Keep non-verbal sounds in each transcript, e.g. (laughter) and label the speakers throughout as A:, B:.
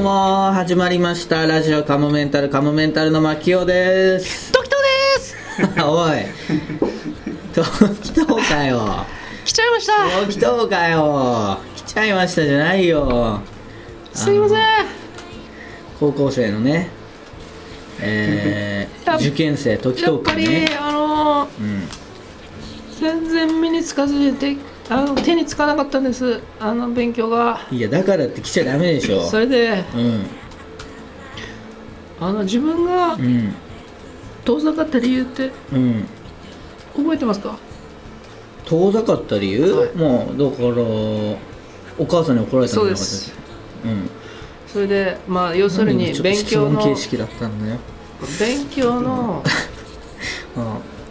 A: も始まりましたラジオカモメンタルカモメンタルの牧雄です (laughs)
B: 時とです。
A: おい東京かよ
B: 来ちゃいました。
A: 東京かよ来ちゃいましたじゃないよ
B: すいません。
A: 高校生のねえー
B: やっ
A: 受験生時
B: やっ
A: 東
B: ぱ
A: 君
B: り、
A: ね
B: あのー
A: うん
B: 全然身につかずであの手につかなかったんです。あの勉強が。
A: いやだからって来ちゃダメでしょ
B: それで
A: うん
B: あの自分が
A: うん
B: 遠ざかった理由って
A: うん
B: 覚えてますか？
A: 遠ざかった理由、
B: はい
A: もうだからお母さんに怒られたんじゃ
B: そう
A: なかった
B: で
A: っ
B: す。
A: けうん
B: それでまあ要する
A: ちょ
B: に
A: っと
B: 勉強の
A: 質問形式だったんだよ、
B: 勉強の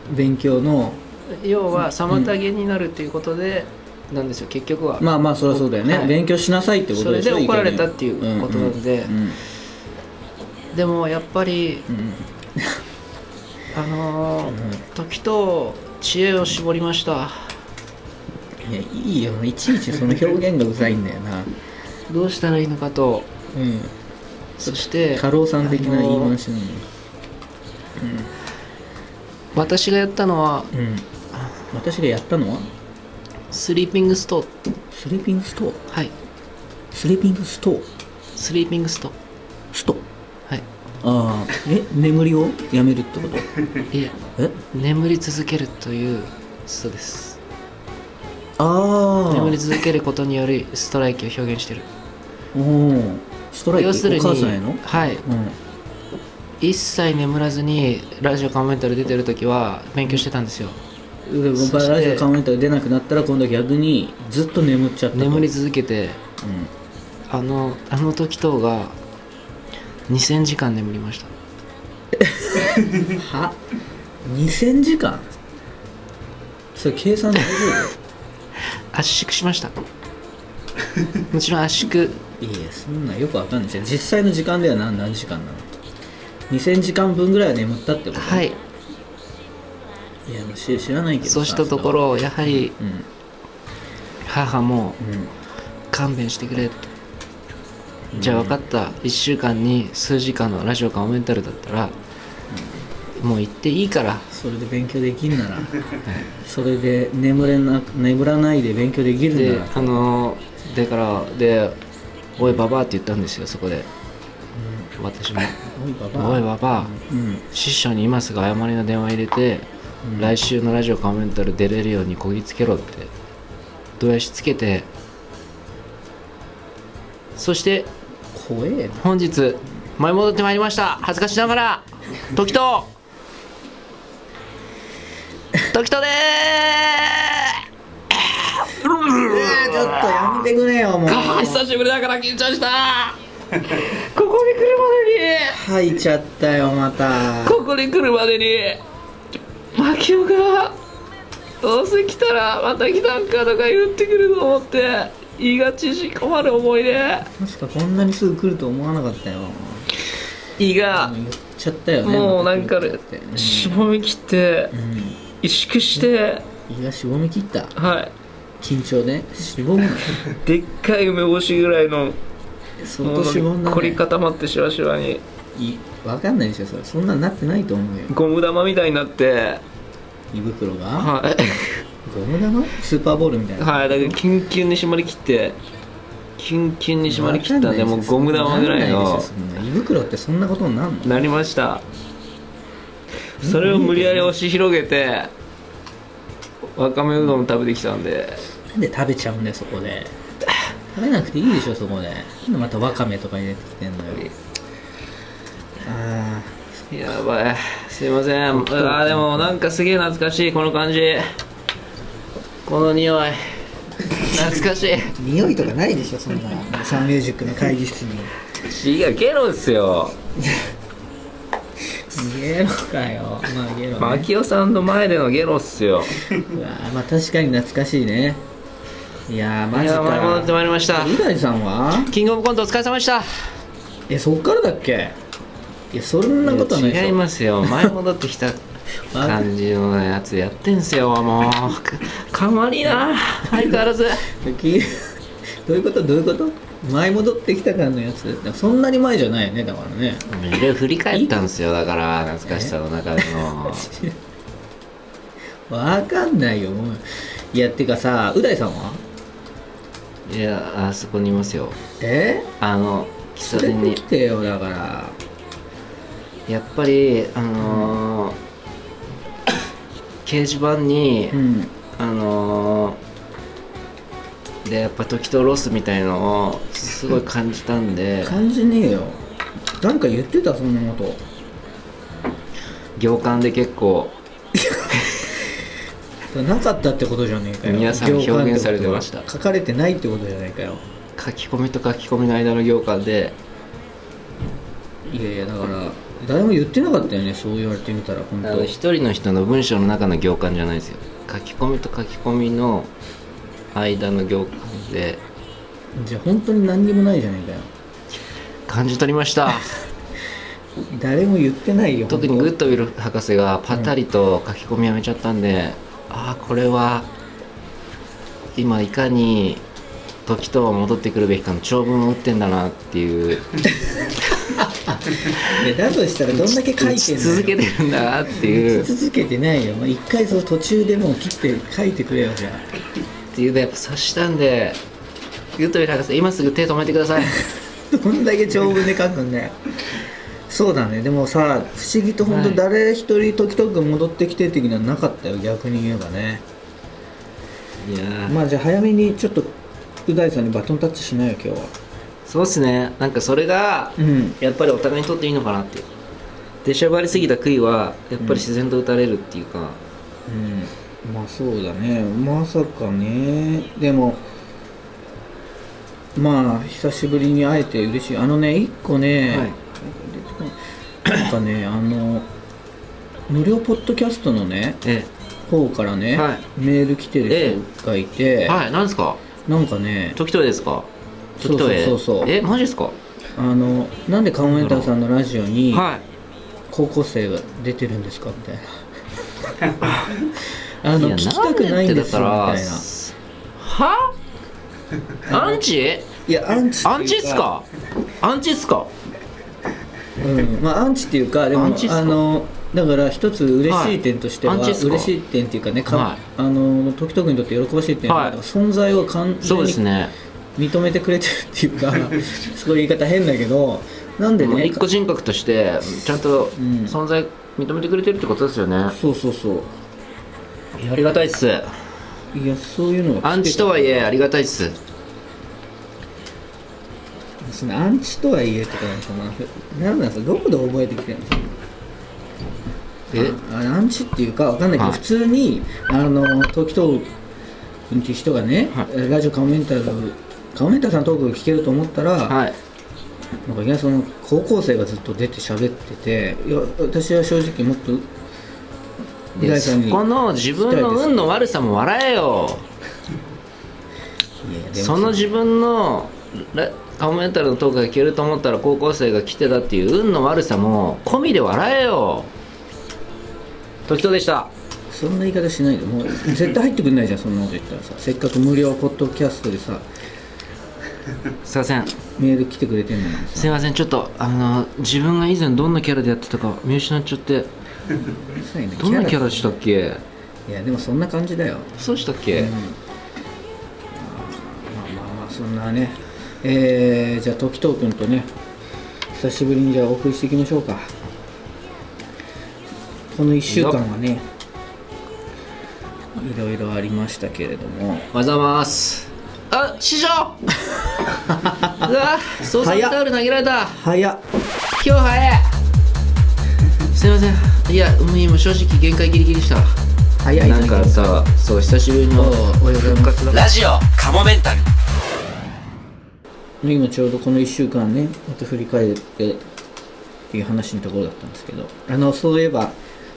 A: うん、勉強の
B: 要は妨げになるということで、なんですよ結局は。
A: まあまあそりゃそうだよね、
B: はい
A: 勉強しなさいってことでしょ
B: それで怒られた
A: いかに
B: っていうことなんで
A: うんうん
B: でもやっぱり
A: うんうん
B: あのー
A: うん
B: 時と知恵を絞りました。
A: いやいいよいちいちその表現がうざいんだよな
B: どうしたらいいのかと
A: うん
B: そして
A: 太郎さん的な言い回
B: あの
A: しなのよ
B: 私がやったのは
A: うん、うん、私がやったのは
B: スリーピングスト
A: スリーピングストー
B: はい
A: スリーピングストー
B: スリーピングスト
A: スト
B: はい
A: ああえ眠りをやめるってこと
B: いえ
A: え
B: 眠り続けるというストです
A: ああ
B: 眠り続けることによりストライキを表現してる
A: おーストライキお
B: 要するに
A: 母さんへの
B: はい
A: うん
B: 一切眠らずにラジオカモメンタル出てる時は勉強してたんですよ
A: でも
B: そして
A: ラジオカモメンタル出なくなったら今度は逆にずっと眠っちゃったと
B: 眠り続けて
A: うん
B: あのあの時とが2000時間眠りました
A: は2000時間それ計算大丈
B: 圧縮し
A: (laughs)
B: ましたもちろん圧縮
A: 夫いやそんなよくわかんないじゃん実際の時間では何何時間なの2000時間分ぐらいは眠ったってこと
B: はい
A: いやし知らないけどさ
B: そうしたところやはり
A: それは
B: 母も
A: うんうん
B: 勘弁してくれとじゃあ分かった1週間に数時間のラジオかモメンタルだったらもう行っていいから
A: それで勉強できんならそれで眠れな眠らないで勉強できる
B: で
A: んなら
B: あのーだからで「おいババア」って言ったんですよそこで私も
A: おいバ
B: 「
A: バ
B: おいババア
A: うん」
B: 師匠に今すぐ謝りの電話入れて
A: うん
B: 来週のラジオかモメンタル出れるようにこぎつけろってどやしつけてそして
A: 怖えな
B: 本日舞い戻ってまいりました恥ずかしながら時と時とで
A: えーちょっとやめてくれ
B: (laughs)
A: よもう
B: ー久しぶりだから緊張した (laughs) ここに来るま
A: 吐いちゃったよまた
B: でにここに来るまでにマキオがどうせ来たらまた来たんかとか言ってくると思って胃が縮こまる思いで
A: まさかこんなにすぐ来ると思わなかったよ
B: 胃が
A: 言っちゃったよね
B: もうなんかね
A: うん
B: しぼみきって
A: うん
B: 萎縮して
A: 胃がしぼみきった
B: はい
A: 緊張ねしぼむの
B: でっかい梅干しぐらいの
A: 相
B: も
A: 当しぼん
B: の
A: だ
B: に凝り
A: ね
B: 固まってしわしわに
A: いわかんないでしょそれそんなんなってないと思うよ
B: ゴム玉みたいになって
A: 胃袋が
B: は
A: ゴム玉スーパーボールみたい
B: い、
A: な
B: はい、だからキンキンに締まりきってキンキンに締まりきったんでもうゴム玉ぐらい
A: わかんな
B: の
A: でしょそんな胃袋ってそんなことになんの
B: なりましたそれを無理やり押し広げてわかめうどん食べてきたんで
A: なんで食べちゃうんだよそこで食べなくていいでしょそこでなんでまたわかめとか入れてきてんのよあ
B: やばいすいませんあーでもなんかすげえ懐かしいこの感じこの匂い懐かしい
A: ー匂いとかないでしょそんなサンミュージックの会議室に
B: 違うゲロっすよ
A: ゲロかよまあゲロ、
B: マ
A: ね、
B: キオさんの前でのゲロっすよ
A: うわーまあ確かに懐かしいねいやーマ
B: い
A: ジ
B: や前戻って
A: か
B: まいりました
A: う大さんは
B: キングオブコントお疲れ様でした
A: えそっからだっけいやそんなことはないでしょ
B: 違いますよ前戻って
A: (laughs)
B: きた感じのやつやってんすよもうかかまりな相変わらず
A: (laughs) きどういうことどういうこと前戻ってきた感のやつそんなに前じゃないよねだからね (laughs)
B: いろいろ振り返ったんですよだから懐かしさの中での
A: わかんないよもういやてかさう大さんはい
B: やあそこにいますよ
A: え
B: あの喫茶
A: 連
B: 店
A: れて
B: に
A: きてよだから
B: やっぱりあのー掲示板に、
A: うん
B: あのーでやっぱ時とロスみたいのをすごい感じたんで
A: 感じねえよなんか言ってたそんなこと
B: 行間で結構
A: なかったってことじゃねえかよ
B: 皆さん
A: 行間ってことは
B: 表現されてました
A: 書かれてないってことじゃないかよ
B: 書き込みと書き込みの間の行間で
A: いやいやだから誰も言ってなかったよねそう言われてみたら
B: あ
A: 本当
B: の一人の人の文章の中の行間じゃないですよ書き込みと書き込みの間の行間で
A: じゃあ本当に何にもないじゃねえかよ
B: 感じ取りました
A: (laughs) 誰も言ってないよ
B: 特にグ
A: 本
B: ッドウィル博士がパタリと書き込みやめちゃったんで、ああこれは今いかに時と戻ってくるべきかの長文を打ってんだなっていう
A: 当いやだとしたらどんだけ書いてんだ
B: 打
A: よ
B: ち続けてるんだなっていう
A: 打
B: っ
A: ち続けてないよもう一回その途中でもう切って書いてくれよじゃあ (laughs)
B: ていうのやっぱ察したんでグッドウィル博士今すぐ手止めてください
A: どんだけ長文で書くんだよそうだねでもさ不思議と本当誰一人時々戻ってきてっていうのはなかったよ逆に言えばね
B: いやー
A: まあじゃあ早めにちょっとう大さんにバトンタッチしないよ今日は
B: そうっすねなんかそれが
A: うん
B: やっぱりお互いにとっていいのかなっていう出しゃばりすぎた悔いはやっぱり自然と打たれるっていうか、
A: うんまあそうだねまさかねでもまあ久しぶりに会えて嬉しいあのね一個ね、
B: はい
A: なんかねあの無料ポッドキャストのね
B: え
A: 方からね、
B: はい
A: メール来てる人がいて、
B: えはい何ですか
A: なんかね
B: 時とえですか
A: そう
B: 時
A: そう
B: とえ
A: そうそう
B: えマジですか
A: あのなんでカモエンタさんのラジオに
B: はい
A: 高校生が出てるんですかみたい
B: (laughs)
A: なあの
B: いや
A: 聞きたくないんですよみ
B: なん
A: た
B: で
A: い
B: って
A: な
B: だからはアン
A: (laughs)
B: チ
A: いやアンチっていうか
B: アンチっすかアンチっすか
A: うんまあアンチっていうかでも
B: アンチっすか
A: あのだから一つ嬉しい点としては、
B: はいアンチっすか
A: 嬉しい点っていうかねか、
B: はい
A: あの時々にとって喜ばしい点は、
B: はい
A: 存在を完全
B: そう
A: に
B: ですね
A: 認めてくれてるっていうかすごい言い方変だけどなんで
B: もう
A: ね
B: 一個人格としてちゃんと
A: ん
B: 存在認めてくれてるってことですよね、
A: そうそうそ
B: いやありがたいっす
A: ういやそういうのが
B: アンチとはいえありがたいっす
A: そのアンチとはいえとかなんかななんなんですかどこで覚えてきてるんですか
B: え
A: あアンチっていうかわかんないけど、
B: はい
A: 普通にあの時藤君っていう人がね、
B: は
A: ラジオカモメンタルカモメンタルさんのトークを聞けると思ったら、
B: はい
A: なんかいやその高校生がずっと出て喋ってていや私は正直もっと
B: で
A: 大さ
B: そ
A: んに
B: この自分の運の悪さも笑えよ
A: いやでも
B: その自分のラカモメンタルのトークが聞けると思ったら高校生が来てたっていう運の悪さも込みで笑えよ時とでした
A: そんな言い方しないでもう絶対入ってくんないじゃんそんなこと言ったらさせっかく無料ポッドキャストでさ
B: すいません
A: メール来てくれてんのに
B: す
A: さ
B: いませんちょっとあの自分が以前どんなキャラでやってたか見失っちゃって
A: うるさいね
B: どんなキャラでしたっけ
A: いやでもそんな感じだよ
B: そうでしたっけ、
A: うんまあまあまあそんなねえー、じゃあ時藤君とね久しぶりにじゃあお送りしていきましょうかこの1週間はねいろいろありましたけれども
B: おはようございますあ師 (laughs) 匠うわ捜索タオル投げられた
A: 早っ
B: 今日早いすいませんいやもう今正直限界ギリギリでした
A: 早い
B: なんかさそう久しぶりの
A: おはようございます
B: 復活だ
C: ラジオカモメンタル
A: 今ちょうどこの1週間ねまた振り返ってっていう話のところだったんですけどあのそういえば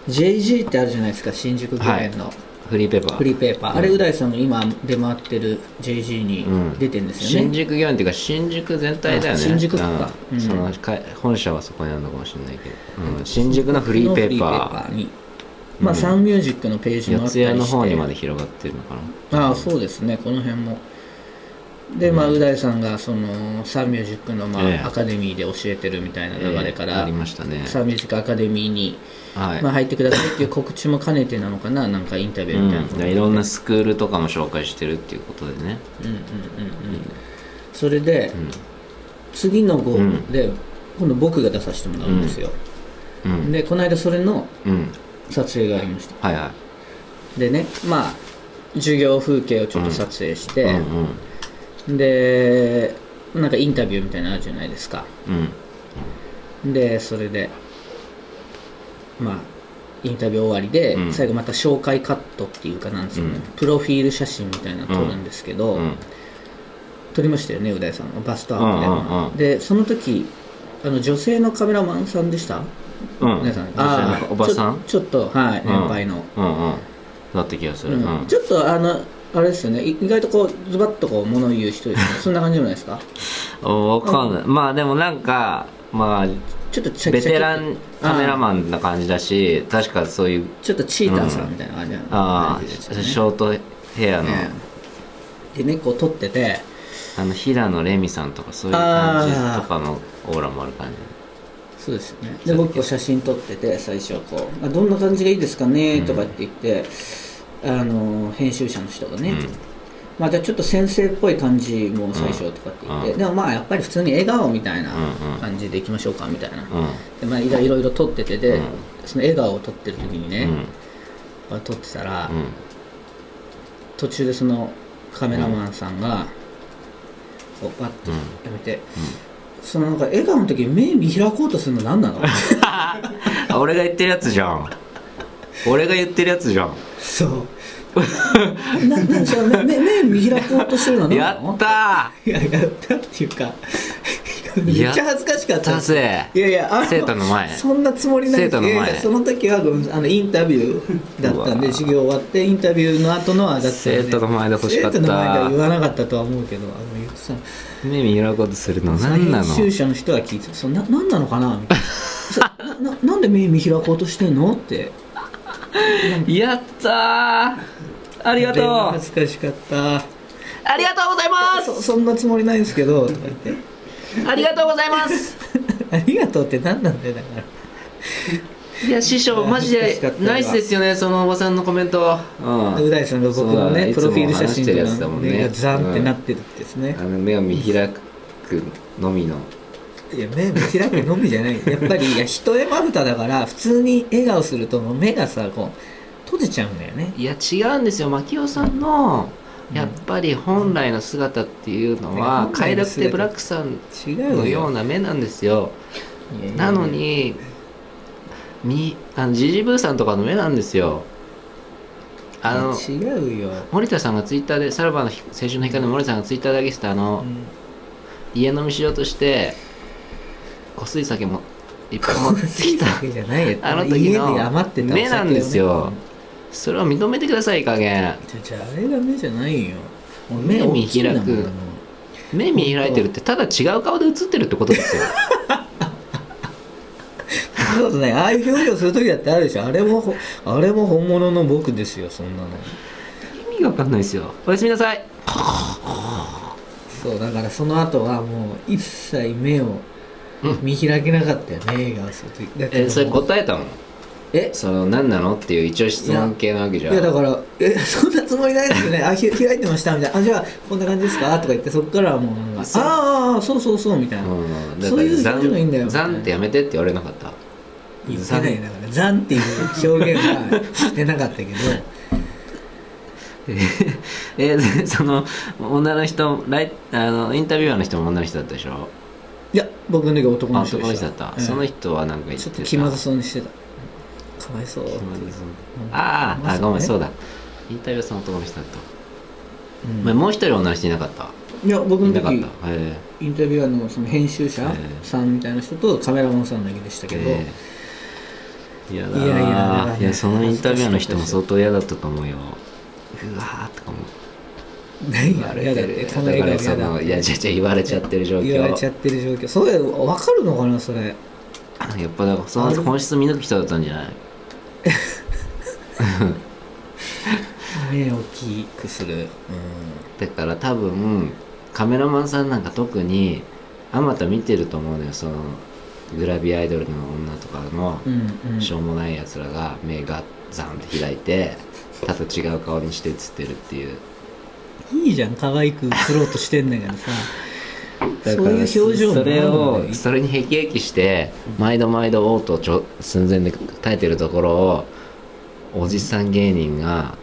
A: JG ってあるじゃないですか新宿御苑の、
B: フリーペーパー
A: フリーペーパー、あれう大さんの今出回ってる JG
B: うん
A: に出てんですよね、
B: 新宿御苑っていうか新宿全体だよね
A: あ新宿区かう
B: う
A: ん
B: んそのか本社はそこにあるのかもしれないけど、うん新宿のフリーペ
A: の
B: ー
A: フリ
B: パ
A: ーにまあ、サンミュージックのページも
B: ー
A: あった
B: 四
A: りして
B: 谷の方にまで広がってるのかな
A: ああそうですねこの辺もでまあう大さんがそのサンミュージックのま
B: ええ
A: あアカデミーで教えてるみたいな流れか
B: ええあ
A: ら
B: りましたね
A: サンミュージックアカデミーに
B: はい、
A: まあ入ってくださいっていう告知も兼ねてなのかななんかインタビューみたいなこ
B: う
A: と
B: ん、いろんなスクールとかも紹介してるっていうことでね、
A: うんうんうんうんそれで次の号で今度僕が出させてもらうんですよ
B: うん
A: でこの間それの
B: うん、
A: 撮影がありました
B: はいは
A: でねまあ授業風景をちょっと撮影し
B: い、
A: て、
B: うんうん
A: でなんかインタビューみたいなのあるじゃないですか
B: うん
A: でそれでまあインタビュー終わりで、
B: うん
A: 最後また紹介カットっていうかなんですよね、
B: うん
A: プロフィール写真みたいなの撮るんですけど、
B: うん
A: 撮りましたよねう大さんがバストアップで、
B: うんうんうん
A: でその時あの女性のカメラマンさんでした、
B: うん
A: 皆さん
B: あおばさん
A: ちょちょっとはい
B: うん
A: 年配の、
B: うんうんだった気がする、う
A: うんんちょっとあのあれですよねい意外とこうズバッとこう物を言う人ですねそんな感じじゃないですか
B: わかんない、まあでもなんかまあ
A: ちょっとチャキ
B: ベ
A: チャキ
B: テランカメラマンな感じだし確かそういう
A: ちょっとチーターさんみたいな感じな
B: あ
A: 感
B: あ
A: じです
B: シ
A: よね
B: ョートヘアの、
A: ねでねこう撮ってて
B: あの平野レミさんとかそういう感じとかのオーラもある感じ
A: そうですよねで僕こう写真撮ってて最初こうあ「どんな感じがいいですかね?」とかって言って、あの編集者の人がね、
B: うん
A: まあ、じゃあちょっと先生っぽい感じも最初とかって言って、
B: うん
A: でもまあやっぱり普通に笑顔みたいな
B: うんうん
A: 感じでいきましょうかみたいな、
B: うん
A: でまあ、いろいろいろ撮っててで、
B: うん
A: その笑顔を撮ってる時に
B: う
A: ね
B: ん、
A: まあ撮ってたら、
B: うん (laughs)
A: 途中でそのカメラマンさんが、こうバッとやめて、そのなんか笑顔の時に目見開こうとするの何な
B: (laughs)
A: の
B: あ俺が言ってるやつじゃん俺が言ってるやつじゃん
A: そう (laughs) ななんでしょう目目見開こうとしてるのは何な
B: や
A: の
B: った
A: いややったっていうかめっちゃ恥ずかしか
B: ー
A: った
B: 達
A: ですい
B: 成
A: やいやあの
B: 生徒の前
A: そんなつもりないです
B: 生徒の前
A: いやいやその時はごめんなさいあのインタビューだったん
B: うわ
A: で授業終わってインタビューの後のはだったんで
B: 生徒の前で欲しかった
A: 生徒の前では言わなかったとは思うけどあの言ってたの
B: 目見開こうとするの何なの
A: 編集者の人が聞いてそんな何なのかなみたいなそなな (laughs) なんで目見開こうとしてんのって
B: やったーありがとう
A: 恥ずかしかった
B: ありがとうございま
A: そ
B: す
A: そんなつもりないんですけどとか言って (laughs)
B: ありがとうございます
A: ありがとうって何なんだよだから
B: (laughs) いや師匠マジ
A: いや難しか
B: で
A: ったよ
B: ナイスですよねそのおばさんのコメントうん
A: う大さんが僕のねプ
B: そ
A: ロ
B: うだ
A: フィール写真
B: いつも話してるや
A: と
B: つ
A: か
B: だ
A: の
B: もんね
A: 目がザンってなってるんですね
B: あ、の目を見開くのみの
A: いや目見開くのみじゃないやっぱりいや一重まぶただから普通に笑顔するともう目がさこう閉じちゃうんだよね
B: いや違うんですよ牧雄さんの
A: うん
B: やっぱり本来の姿っていうの
A: い
B: は
A: や
B: 快
A: 本来の
B: 楽
A: 姿
B: 亭ブラックさん
A: 違う
B: のよう
A: よ
B: な目なんですよ
A: いやいや
B: なのにみあのジジブーさんとかの目なんですよあの
A: 違うよ、
B: 森田さんがツイッターでさらばの青春の光の森田さんがツイッターで上げてたあ
A: う
B: の
A: ん
B: 家飲みしようとして濃水酒も一本持ってきた
A: だけじゃないよ
B: あの
A: 家
B: 時
A: で
B: の
A: 余ってたお酒をね
B: (laughs) 目なんですよそれを認めてくださいいい加減
A: じゃじゃああれが目じゃないよ俺
B: 目
A: 大きいんだもん
B: 見開く目見開いてるってただ違う顔で映ってるってことですよ
A: そんなことないああいう表情する時だってあるでしょあれもほあれも本物の僕ですよそんなの
B: (laughs) 意味が分かんないですよおやすみなさい
A: そうだからその後はもう一切目を
B: うん
A: 見開けなかったよね、笑顔する時だからも
B: え
A: う
B: それ答えたもん
A: え
B: その何なのっていう一応質問系なわけじゃ
A: い
B: ん
A: やだから「えそんなつもりないですよねあひ開いてました」みたいな「あじゃあこんな感じですか?」とか言ってそっからはもうなんか「あ
B: そう
A: ーあーそうそうそう」みたいな、
B: うん
A: そういう表情がいいんだよ
B: ザンってやめてって言われなかった
A: 言ってないだから「残」っていう表現はしてなかったけど
B: えーえー (laughs) その女の人ライあのインタビュアーの人も女の人だったでしょ
A: いや僕の時は男
B: あ
A: の人
B: 男
A: で
B: の
A: し
B: 人
A: た
B: だった、
A: うん
B: その人はなんか言って
A: ちょ
B: た
A: っと気まずそうにしてたかわいそうって
B: 気まずそう
A: うん
B: あああごめんそう
A: だ、
B: だインタビュアーその男の人だった
A: うん
B: まあもう一人女の人いなかった、
A: いや僕
B: い
A: の
B: なかっ
A: 時
B: たへえ
A: インタビュアーのその編集者さんみたいな人とカメラマンさんだけでしたけど、
B: ええいやだ
A: いやいやだから
B: い
A: ね
B: やそのインタビュアーの人も相当嫌だったと思うようわーとかも
A: 何
B: 言
A: (laughs) や
B: わ
A: あれ
B: れ
A: や
B: て
A: だっ
B: る
A: て
B: だ
A: この笑
B: か
A: 顔や
B: らそ
A: だ
B: のいやじゃじゃ言われちゃってる状況
A: 言われちゃってる状況それ分かるのかなそれ
B: やっぱだからその本質見抜く人だったんじゃない
A: 目を大きくする
B: だから多分カメラマンさんなんか特にあまた見てると思うのよそのグラビアアイドルの女とかの
A: うんうん
B: しょうもないやつらが目がザンって開いて他と違う顔にして写ってるっていう
A: いいじゃん可愛く映ろうとしてんだからさそういう表情も
B: それ
A: ある
B: を
A: んだね
B: それにへきへきして毎度毎度嘔吐をちょ寸前で耐えてるところをおじさん芸人が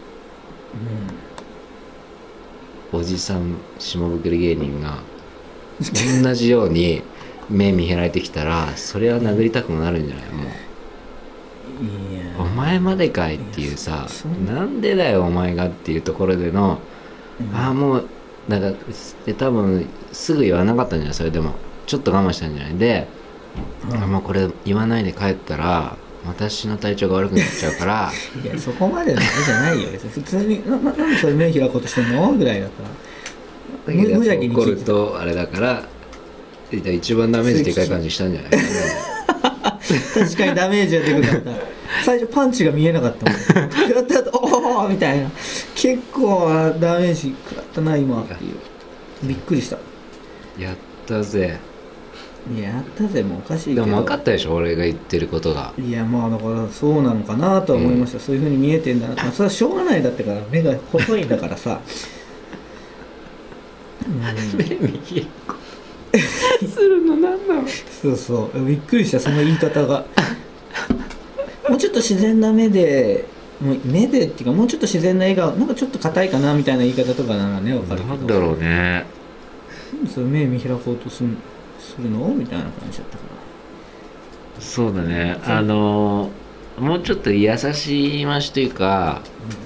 B: おじさん下ぶくり芸人が同じように目見開いてきたらそれは殴りたくもなるんじゃないもう
A: うんいや
B: お前までかいっていうさ
A: そう
B: なんでだよお前がっていうところでの
A: うん
B: ああもうなんかで多分すぐ言わなかったんじゃないそれでもちょっと我慢したんじゃないで、
A: うん
B: あもうこれ言わないで帰ったら私の体調が悪くなっちゃうから
A: いやそこまでのあれじゃないよ別に普通に「なななんでそれ目開こうとしてんの?」ぐらいだったら (laughs) 無無邪気に
B: 怒
A: 聞い
B: る
A: てた
B: とあれだから一番ダメージでかい感じしたんじゃないかな
A: 確かにダメージがでかかった最初パンチが見えなかったもんやったやったおおみたいな結構あダメージ食らったな今っていうびっくりした
B: やったぜ
A: いややったぜもうおかしいけ
B: で
A: ど
B: も分かったでしょ俺が言ってることが
A: いやまあだからそうなのかなとは思いました、そういうふうに見えてんだなとそれはしょうがないだってから目が細いんだから
B: (laughs)
A: さうん
B: 目見えっこ
A: (laughs)
B: するの何なの
A: そうそうびっくりしたその言い方が (laughs) もうちょっと自然な目でもう目でっていうかもうちょっと自然な笑顔なんかちょっと硬いかなみたいな言い方とかならねわかるけど
B: なんだろうね
A: なんでそれ目見開こうとすんするのみたいな感じだったか
B: そうだねあのもうちょっと優しい言い回しというか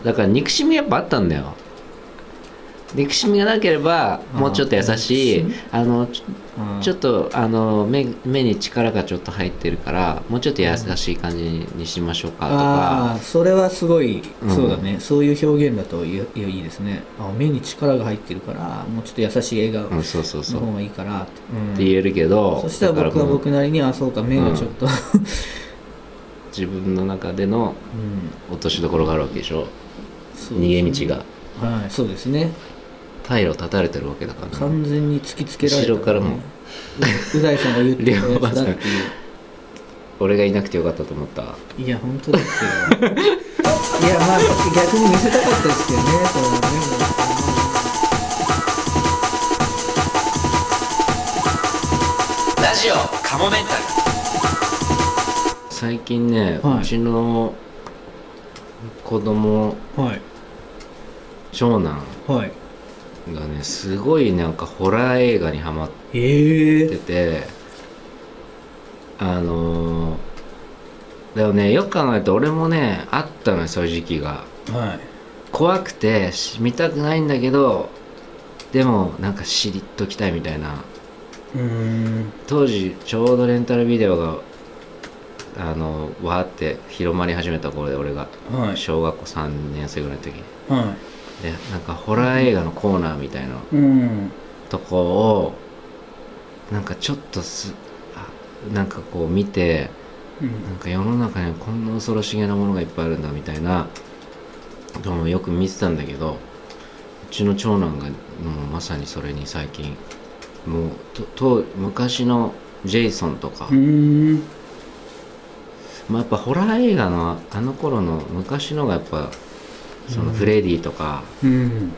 B: だから憎しみやっぱあったんだよ憎しみがなければ
A: あー
B: もうちょっと優しい
A: 憎し
B: あのちょ
A: らうん
B: ちょっとあの目目に力がちょっと入ってるからもうちょっと優しい感じにしましょうかと
A: ああ
B: か
A: ーそれはすごい、
B: うん
A: そうだねそういう表現だといいいいですねあ目に力が入ってるからもうちょっと優しい笑
B: う
A: 顔
B: ん、そうそうそ
A: の
B: う、
A: 方
B: っ
A: がいいからって,うん、
B: て言えるけど
A: そしたら僕は
B: だからもう
A: 僕なりにあそうか目がちょ
B: (laughs)
A: っと、
B: 自分の中での
A: うん
B: 落としどころがあるわけでしょ
A: そう
B: 逃げ道が
A: がはいそうですね
B: 退路立たれてるわけだからね
A: 完全に突きつけられた、ね、
B: 後ろからも
A: うう大さんが言ってるやつだってい
B: 龍馬俺がいなくてよかったと思った
A: ういや本当ですよいやまあ逆に見せたかったですけどねそれはねもう
B: ラジオカモメンタル最近ね、
A: はいう
B: ちの子供
A: はい
B: 長男
A: はい
B: がねすごいなんかホラー映画にハマっ
A: ええ
B: ててあのーだよねよく考えると俺もねあったのよそういう時期が
A: はい
B: 怖くてし見たくないんだけどでもなんか知りっときたいみたいな
A: うーん
B: 当時ちょうどレンタルビデオがあのわーって広まり始めた頃で俺が
A: は
B: 小学校3年生ぐらいの時に
A: いは
B: でなんかホラー映画のコーナーみたいない
A: うん
B: とこをなんかちょっとすあなんかこう見てなんか世の中にはこんな恐ろしげなものがいっぱいあるんだみたいなのもよく見てたんだけどうちの長男がもうまさにそれに最近もうとと昔のジェイソンとか、
A: うんうん
B: まあ、やっぱホラー映画のあの頃の昔のがやっぱそのフレディとか、
A: うん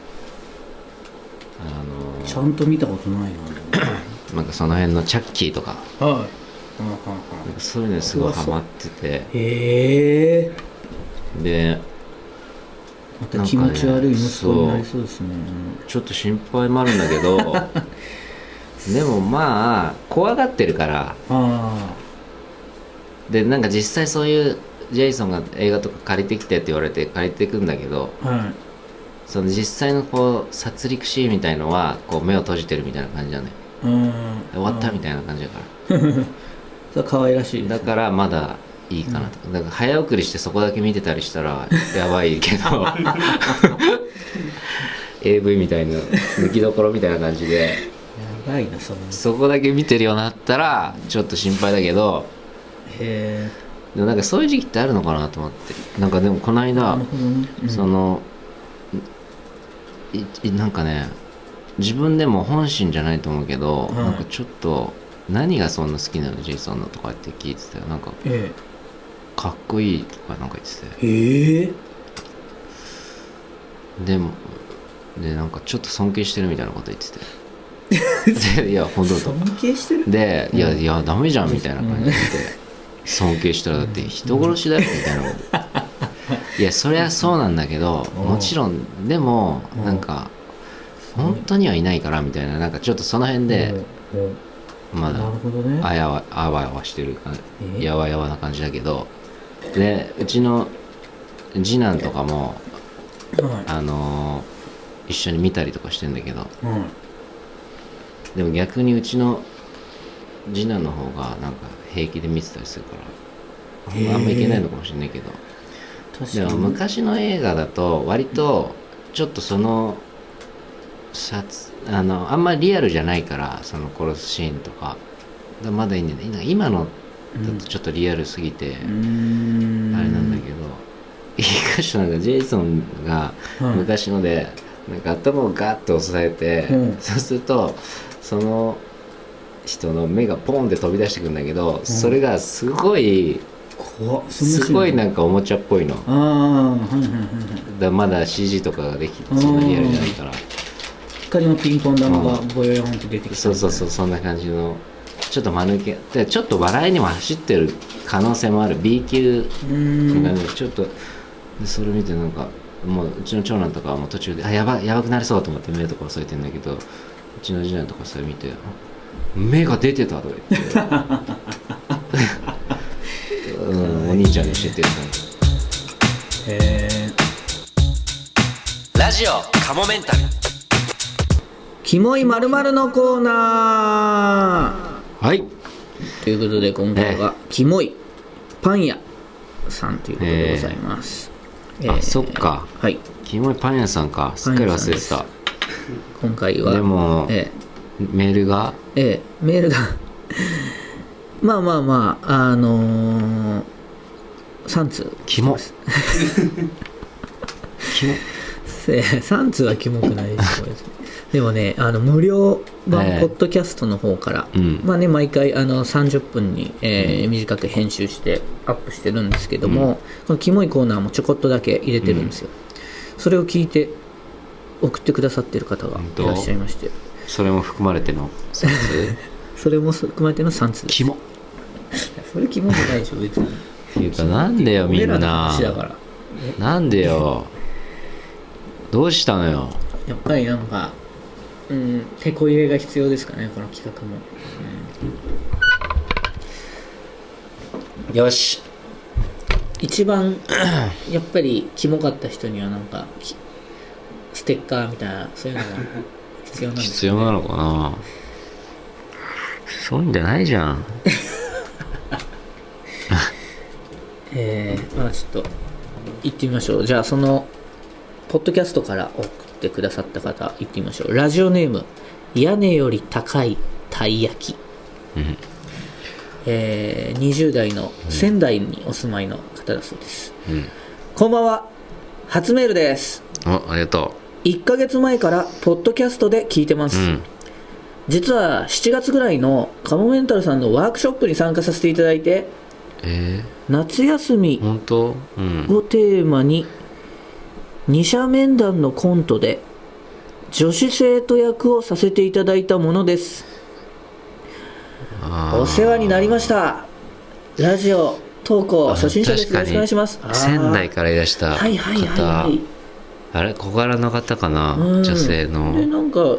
B: あの
A: ちゃんと見たことないな
B: なんかその辺のチャッキーとか
A: はい
B: なんかそういうのにすごいハマってて
A: へえ
B: で
A: また気持ち悪い息子になりそうですね
B: ちょっと心配もあるんだけど
A: (laughs)
B: でもまあ怖がってるから
A: あ
B: でなんか実際そういうジェイソンが映画とか借りてきてって言われて借りてくんだけど
A: あはい
B: その実際のこう殺戮シーンみたいのはこう目を閉じてるみたいな感じなのよ
A: うん
B: 終わったみたいな感じだから
A: それは可愛らしいですね
B: だからまだいいかなと、だから早送りしてそこだけ見てたりし
A: (laughs)
B: たらやばいけど AV みたいな抜きどころみたいな感じで
A: やばいなそのへ
B: そこだけ見てるようになったらちょっと心配だけど
A: え
B: でもなんかそういう時期ってあるのかなと思ってなんかでもこの間、
A: なるほどねうん
B: そのいいなんかね自分でも本心じゃないと思うけど、
A: はい
B: なんかちょっと何がそんな好きなのジェイソンのとかって聞いてたよなんか
A: え
B: かっこいいとかなんか言ってたよ
A: えへえ
B: でもでなんかちょっと尊敬してるみたいなこと言っててでいや本当だと
A: 尊敬してる
B: で、いや
A: うん
B: いやダメじゃんみたいな感じで、尊敬したらだって人殺しだよみたいな
A: (laughs)
B: こといやそりゃそうなんだけど
A: うん
B: もちろんでも
A: うん
B: なんか本当にはいないからみたいななんかちょっとその辺で
A: うんうん
B: ま
A: なる
B: だ
A: ほどね
B: あやわあわやわしてる感
A: え
B: じやわやわな感じだけどでうちの次男とかも
A: はい
B: あのー一緒に見たりとかしてんだけど
A: うん
B: でも逆にうちの次男の方がなんか平気で見てたりするからあんまあんまいけないのかもしれないけど
A: 確
B: で
A: か
B: も
A: に
B: 昔の映画だと割とちょっとその撮あのあんまりリアルじゃないからその殺すシーンとかだまだいいんだよね今のだとちょっとリアルすぎて
A: うーん
B: あれなんだけど一箇所なんかジェイソンが
A: ど
B: 昔のでなんか頭をガッと押さえて、
A: うん
B: そうするとその人の目がポンって飛び出してくるんだけど、それがすごい
A: 怖っそんな
B: す
A: 知ら
B: ご
A: ない
B: なんかおもちゃっぽいの
A: ああはいはいはいはい
B: だまだ CG とかができてそんなリアルじゃないから
A: 光のピンポン玉がボヨヨンって出てきた
B: そうそうそうそんな感じのちょっと間抜けでちょっと笑いにも走ってる可能性もある B 級
A: うーん
B: なんかちょっとでそれ見てなんかもううちの長男とかはもう途中であやばやばくなりそうと思って目とか押さえてんだけどうちの次男とかそれ見てあ「目が出てた」とか言って、うん、お兄ちゃんに教えてる感じ
A: へえ
B: ラジオカモメンタル
A: キモいまるのコーナ
B: はい
A: ーということで今回は、キモいパン屋さんということでございます、
B: えあそっか
A: はい
B: キモいパン屋さんかすっかり忘れて
A: パ
B: た
A: 今回は
B: でも、
A: え
B: メールが
A: えええメールが (laughs) まあまあまああのー、3通 (laughs)
B: キモキモ
A: 3通はキモくない (laughs) ですこれでもねあの無料
B: え
A: 版
B: え
A: ポッドキャストの方から、
B: うん
A: まあね毎回あの30分に、えー短く編集してアップしてるんですけども、このキモいコーナーもちょこっとだけ入れてるんですよ、それを聞いて送ってくださってる方が
B: 本当
A: いらっしゃいまして
B: それも含まれてのセンス
A: それも含まれての3通です
B: キモっ
A: それキモくないでしょ別に
B: ていうかなんでよみ
A: 俺
B: ん
A: らの
B: な
A: 話だから
B: なんでよどうしたのよ
A: やっぱりなんかうん手こ入れが必要ですかねこの企画も、
B: よし
A: 一
B: (clears throat)
A: 番やっぱりキモかった人にはなんかきステッカーみたいなそういうのが必要なんです
B: 必要なのかなそういうんじゃないじゃん
A: えー、まあちょっと行ってみましょうじゃあそのポッドキャストから送ってくださった方行ってみましょうラジオネーム屋根より高いたい焼き、
B: うん
A: えー、20代の仙台にお住まいの方だそうです、
B: うん
A: こんばんは初メールです
B: おありがと
A: 1ヶ月前からポッドキャストで聞いてます、
B: ううん
A: 実は7月ぐらいのカモメンタルさんのワークショップに参加させていただいて
B: え
A: 夏休
B: ー、
A: み
B: 本当うん
A: をテーマに二者面談のコントで女子生徒役をさせていただいたものです
B: あー
A: お世話になりましたラジオ投稿初心者です
B: 確
A: よろ
B: かに
A: しくお願いします
B: 仙台
A: か
B: からいらした方、
A: はいはいはいはい
B: あれ小柄の方かな、
A: うん
B: 女性の
A: でなんかそ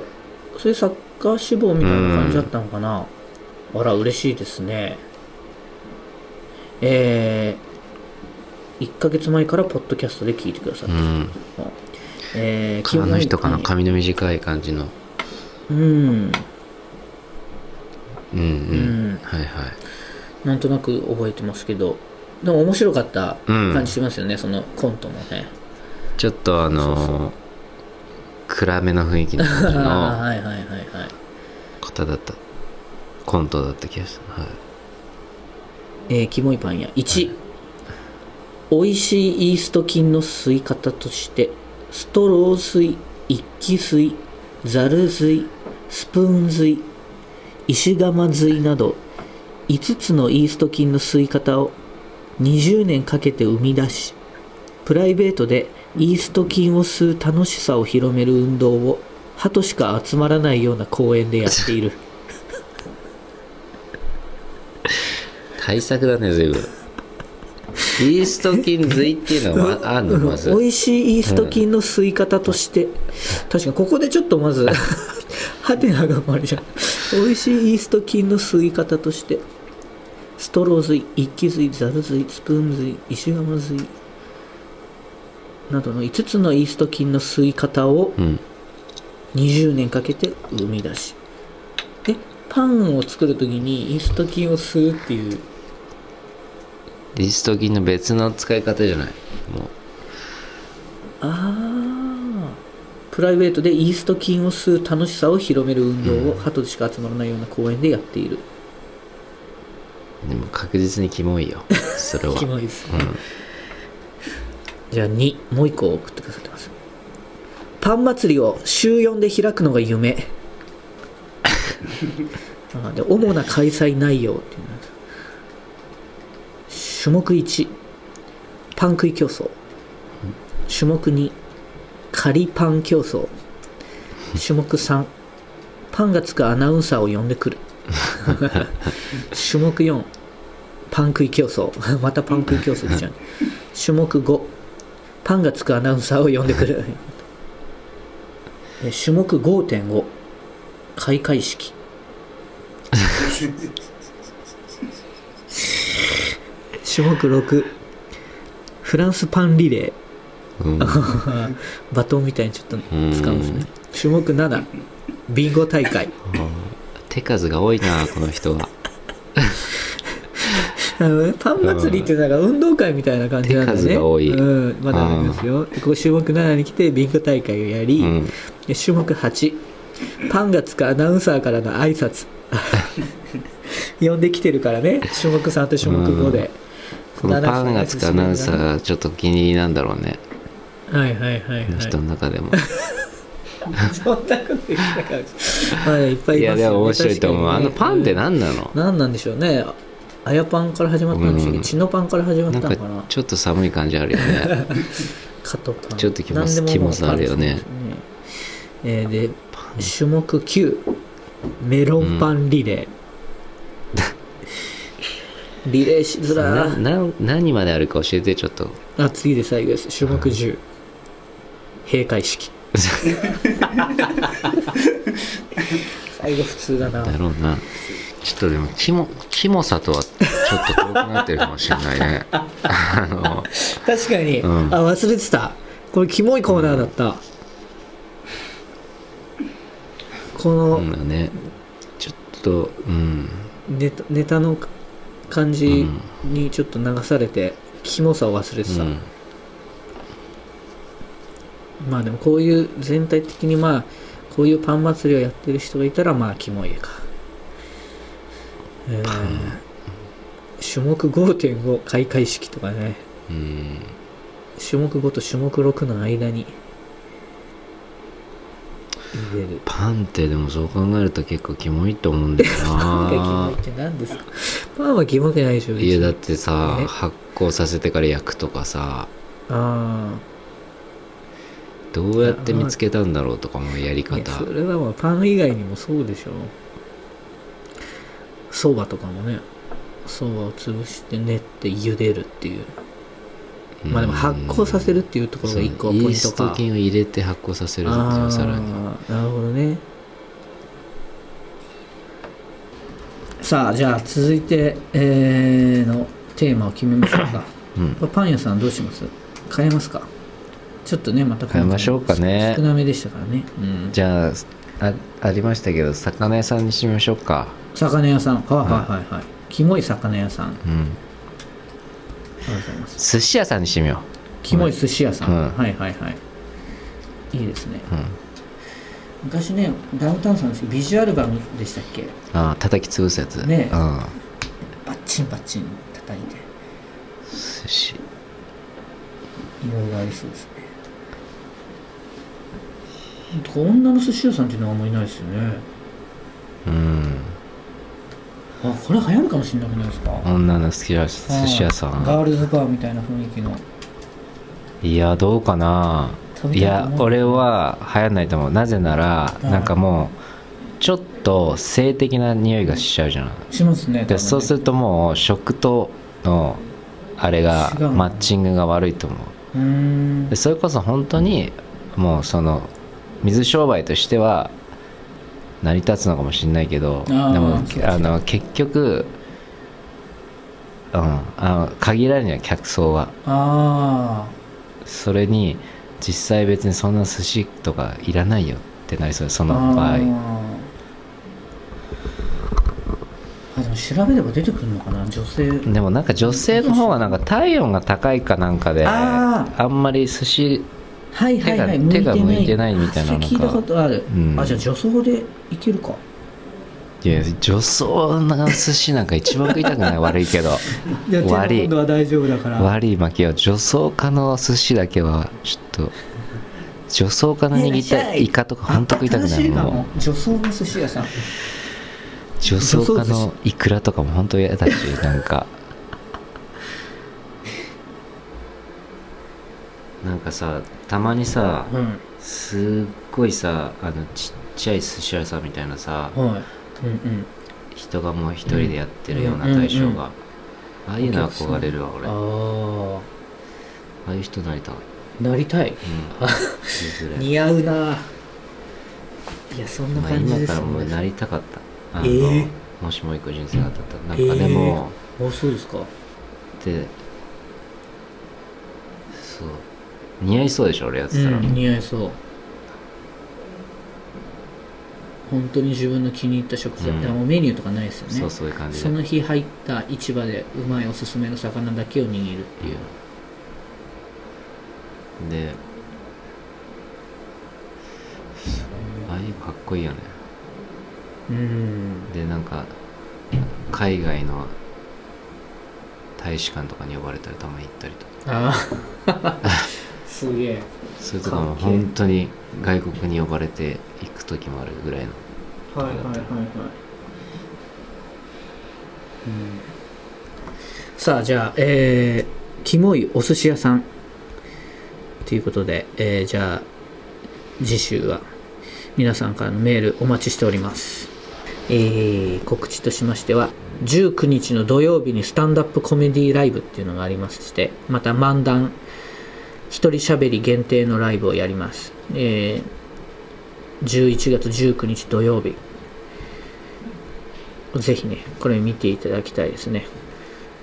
A: ういうサッカー志望みたいな感じだったのかな、あら嬉しいですねえー、1ヶ月前からポッドキャストで聞いてくださっ
B: う
A: てる、
B: ん
A: えー、
B: あの人かな
A: 基本
B: 髪の短い感じの
A: うん、
B: うん
A: う
B: う、
A: んん、
B: はいはい
A: なんとなく覚えてますけどでも面白かった
B: うん
A: 感じしますよね、そのコントもね
B: ちょっとあのー暗めの雰囲気の感じの
A: (laughs) はいはいはいはい
B: 方だったコントだった気がした、はい、
A: えー、キモいパン屋1、美味しいイースト菌の吸い方としてストロー吸い一気吸いざる髄スプーン髄石釜髄など5つのイースト菌の吸い方を20年かけて生み出しプライベートでイースト菌を吸う楽しさを広める運動を歯としか集まらないような公園でやっている
B: 対策だね随分イースト菌髄っていうのはああんの
A: (laughs)
B: まず
A: 美味しいイースト菌の吸い方として、確かにここでちょっとまずハテナが生まれちゃう美味しいイースト菌の吸い方としてストロー髄一気髄ザル髄スプーン髄石釜髄などの5つのイースト菌の吸い方を
B: うん
A: 20年かけて生み出しでパンを作る時にイースト菌を吸うっていう
B: イースト菌の別の使い方じゃないも
A: ああプライベートでイースト菌を吸う楽しさを広める運動を、鳩でしか集まらないような公園でやっている
B: うでも確実にキモい
A: (laughs)
B: よそれは
A: キモいですね、じゃあ2もう1個送ってくださってますパン祭りを週4で開くのが夢あーで主な開催内容っていうのが種目1パン食い競争種目2仮パン競争種目3パンがつくアナウンサーを呼んでくる種目4パン食い競争またパン食い競争じゃん種目5パンがつくアナウンサーを呼んでくるえ種目5.5開会式種目6フランスパンリレー
B: うん、うん
A: バトンみたいにちょっと使うんですね種目7ビンゴ大会
B: 手数が多いなこの
A: (laughs)
B: 人は
A: あのねパン祭りってなんか運動会みたいな感じなんだね
B: 手数が多い
A: うん、まだありますよでここ種目7に来てビンゴ大会をやり、
B: うん
A: で種目8パンがつくアナウンサーからの挨拶 (laughs) 呼んできてるからね種目3と種目5で、
B: このパンがつくアナウンサーがちょっと気に入りなんだろうね、
A: はいはいはいはい
B: 人の中でも
A: そんなこと言ってなかったまあいっぱいい
B: い
A: ま
B: や
A: すよ、ね、
B: でも面白いと思う、あ
A: 確かにね
B: のパンって何なの、
A: 何なんでしょうねあやパンから始まったんでしょうけ
B: う
A: ど
B: ん
A: チノパンから始まっ
B: な
A: た
B: ん
A: のかな
B: かちょっと寒い感じある
A: (laughs)
B: よね
A: カトパン
B: ちょっと気も
A: 何でも
B: 気もさ
A: パン
B: あるよね
A: そうですねえーで種目9メロンパンリレー、リレーしづら
B: な
A: ー
B: な何まであるか教えてちょっと
A: あ次で最後です種目10閉会式最後普通だな
B: だろうなちょっとでもキモキモさとはちょっと遠くなってるかもしれな
A: (laughs)
B: いねあの
A: 確かに、
B: うん
A: あ忘れてたこれキモいコーナーだった、この、
B: うんだねちょっとうん
A: ネタネタの感じにちょっと流されて、キモさを忘れて
B: う
A: た、
B: ん
A: まあでもこういう全体的にまあこういうパン祭りをやってる人がいたらまあキモいか、えー種目5.5開会式とかね
B: うん
A: 種目5と種目6の間に入れる
B: パンってでもそう考えると結構キモいと思うんだよ
A: (laughs) パンがキモ
B: な
A: いって何ですかパンはキモくないでしょ
B: いやだっ
A: 別に
B: てさ
A: え
B: 発酵させてから焼くとかさ
A: あ
B: どうやって見つけたんだろうとかもやり
A: あいや
B: 方
A: それはまあパン以外にもそうでしょそばとかもねそばを潰して練って茹でるっていう
B: うん
A: まあでも発酵させるっていうところ
B: そ
A: が
B: うイ
A: 一個はポイントか
B: ースト菌を入れて発酵させるっていう
A: ああ
B: さらに
A: ーなるほどねさあじゃあ続いて、えーのテーマを決めましょう
B: (laughs)
A: か
B: うん
A: これパン屋さんどうします変えますかちょっとねまた今回
B: 変えましょうかね
A: 少なめでしたからね、うん、
B: じゃああありましたけど魚屋さんにしましょうか
A: 魚屋さんはいはいはいはいキモい魚屋さんあ
B: うん
A: りがとうございます
B: 寿司屋さんにしてみよ
A: キモい寿司屋さん、
B: うん
A: はいはいはいいいですね
B: う、うん、
A: 昔ねダウンタウンさんですけどビジュアルバムでしたっけ
B: ああ叩き潰すやつ
A: ねえ
B: うん
A: バッチンバッチン叩いて
B: 寿司
A: いろいろありそうですね女の寿司屋さんっていうのはあんまりいないですよね
B: うん
A: あこれ流行るかもしれなくないですか
B: 女の好きな寿司屋さ
A: はいガー
B: ん
A: ルズバーみたいな雰囲気の
B: いやどうかな
A: 食べ
B: い
A: たと
B: や
A: 思う
B: 俺は流行んないと思うなぜなら
A: うん
B: なんかもうちょっと性的な匂いがしちゃうじゃん
A: しますね
B: でそうす
A: る
B: るともう食とのあれが
A: 違う
B: マッチングが悪いと思
A: うーん
B: うでそれこそ本当にもうその水商売としては成り立つのかもしれないけど
A: あ
B: で
A: ー
B: も
A: そうですね
B: あの結局、うん、あの限られるには客層は
A: あ
B: それに実際別にそんな寿司とかいらないよってなりそうそ
A: ー
B: の場
A: あ
B: 合
A: ーあでも調べれば出てくるのかな女性
B: でもなんか女性の方がなんか体温が高いかなんかで
A: あ
B: あんまり寿司
A: はいはいはい
B: 手が手が向いてないみたいなのか
A: あそれ聞いたことある、
B: うん
A: あじゃあ女装でいけるか
B: いや女装の寿司なんか一番食いたくない悪い
A: (laughs)
B: けど
A: いや手の
B: 悪い
A: 温度は大丈夫だから
B: 悪い負けよ女装家の寿司だけはちょっと女装家の握ったイカとか本当食いたくな
A: あ新しい
B: い
A: か
B: も
A: も
B: う
A: 女装の寿司屋さん
B: 女装
A: 女装
B: 家
A: 寿
B: のイクラとかも本当嫌だし (laughs) なんかなんかさたまにさ
A: うん
B: すっごいさあのちっちゃい寿司屋さんみたいなさ
A: はいうん
B: 人がもう一人でやってるような対象
A: うんう
B: が、
A: んうん
B: ああいうの憧れるわ俺あ
A: うんあ
B: あいう人な
A: (laughs)
B: りたい
A: あなりたい
B: うんいずれ
A: 似合うなあいやそんな
B: まあ、
A: 感じ
B: 今
A: です
B: からもう
A: ね
B: なりたかったあの、
A: えー
B: もしもう一個人生があったらなんかでも、
A: あそうですか
B: でそう似合いそうでしょ俺やっ
A: う
B: てたら、
A: ん似合いそう本当に自分の気に入った食材、
B: うん
A: だからもうメニューとかないですよね
B: そうそういう感じ
A: そ
B: で
A: の日入った市場でうまいおすすめの魚だけを握るっていう
B: でああいうかっこいいよね
A: うん
B: でなんか海外の大使館とかに呼ばれたらたまに行ったりとか
A: ああ (laughs) すげえ
B: それとかも
A: かっけえ
B: 本当に外国に呼ばれて行く時もあるぐらいの
A: はいはいはいはい、さあじゃあえー、キモいお寿司屋さんということで、えー、じゃあ次週は皆さんからのメールお待ちしておりますえー告知としましては19日の土曜日にスタンダップコメディライブっていうのがありましてまた漫談一人喋り限定のライブをやります、えー11月19日土曜日ぜひねこれ見ていただきたいですね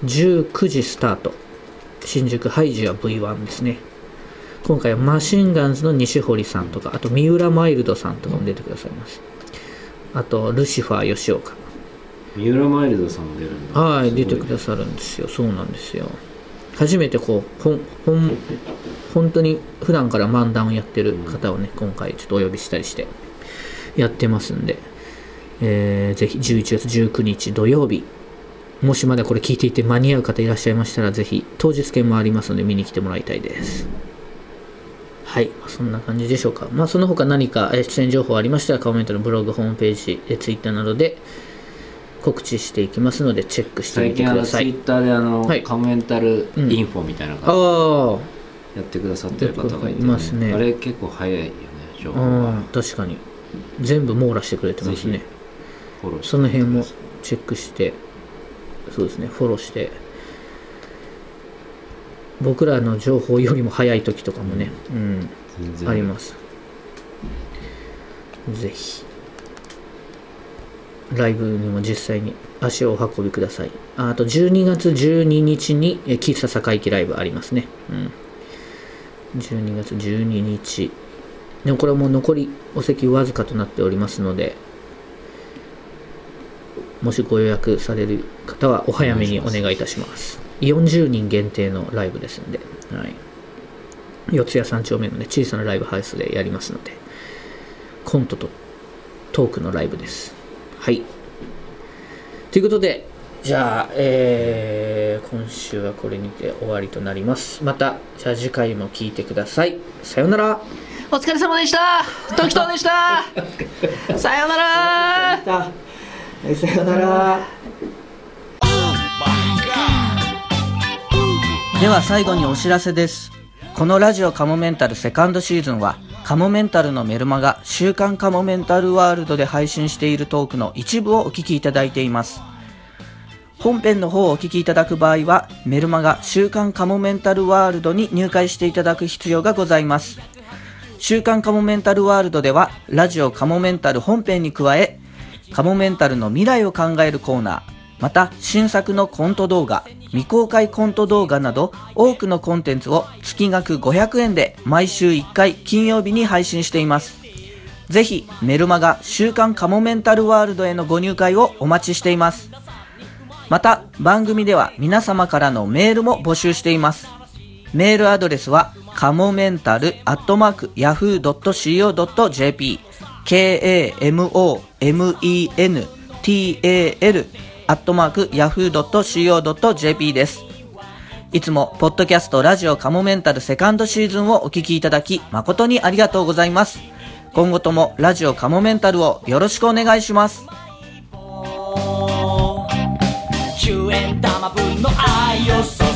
A: 19時スタート新宿ハイジは V1 ですね今回はマシンガンズの西堀さんとかあと三浦マイルドさんとかも出てくださいますあとルシファー吉岡
B: 三浦マイルドさんも出るん
A: はい出てくださるんですよそうなんですよ初めてこうほんほん本当に普段から漫談をやってる方をね、今回ちょっとお呼びしたりしてやってますんで、えーぜひ11月19日土曜日もしまだこれ聞いていて間に合う方いらっしゃいましたらぜひ当日券もありますので見に来てもらいたいですはいそんな感じでしょうかまあその他何かえー出演情報ありましたらカメントのブログホームページえー Twitter などで告知していきますのでチェックしてみ
B: 最
A: て
B: 近あ
A: く
B: の
A: ださ
B: ツイ
A: い
B: ッターであの、
A: はい
B: カメンタル
A: うん
B: インフォみたいなの
A: ああ
B: が
A: ー
B: やってくださってる方がいて、
A: いますね
B: あれ結構早いよね情報
A: う
B: が
A: ん確かに全部網羅してくれてます
B: ぜ
A: ね
B: ひフォローして
A: その辺もチェックしてそうですねフォローして僕らの情報よりも早い時とかもね、うん
B: 全然
A: ありますぜひライブにも実際に足をお運びくださいああと12月12日にえ喫茶坂行きライブありますねうん12月12日でもこれはもう残りお席わずかとなっておりますのでもしご予約される方はお早めにお願いいたします40人限定のライブですので、はい、四谷三丁目のね小さなライブハウスでやりますのでコントとトークのライブですはいということでじゃあ、えー今週はこれにて終わりとなりますまたじゃあ次回も聞いてくださいさようなら
B: お疲れ様でした時藤でしたさようなら
A: たえさよなら
C: では最後にお知らせですこのラジオカモメンタルセカンドシーズンはカモメンタルのメルマガ週刊カモメンタルワールドで配信しているトークの一部をお聞きいただいています本編の方をお聞きいただく場合はメルマガ週刊カモメンタルワールドに入会していただく必要がございます週刊カモメンタルワールドでは、ラジオカモメンタル本編に加え、カモメンタルの未来を考えるコーナー、また新作のコント動画、未公開コント動画など、多くのコンテンツを月額500円で毎週1回金曜日に配信しています。ぜひ、メルマガ週刊カモメンタルワールドへのご入会をお待ちしています。また、番組では皆様からのメールも募集しています。メールアドレスは、かもメンタルアットマーク yahoo.co.jp k-a-m-o-m-e-n-t-a-l アットマーク yahoo.co.jp です。いつも、ポッドキャストラジオカモメンタルセカンドシーズンをお聞きいただき、誠にありがとうございます。今後ともラジオカモメンタルをよろしくお願いします。
D: 10円玉分の愛を注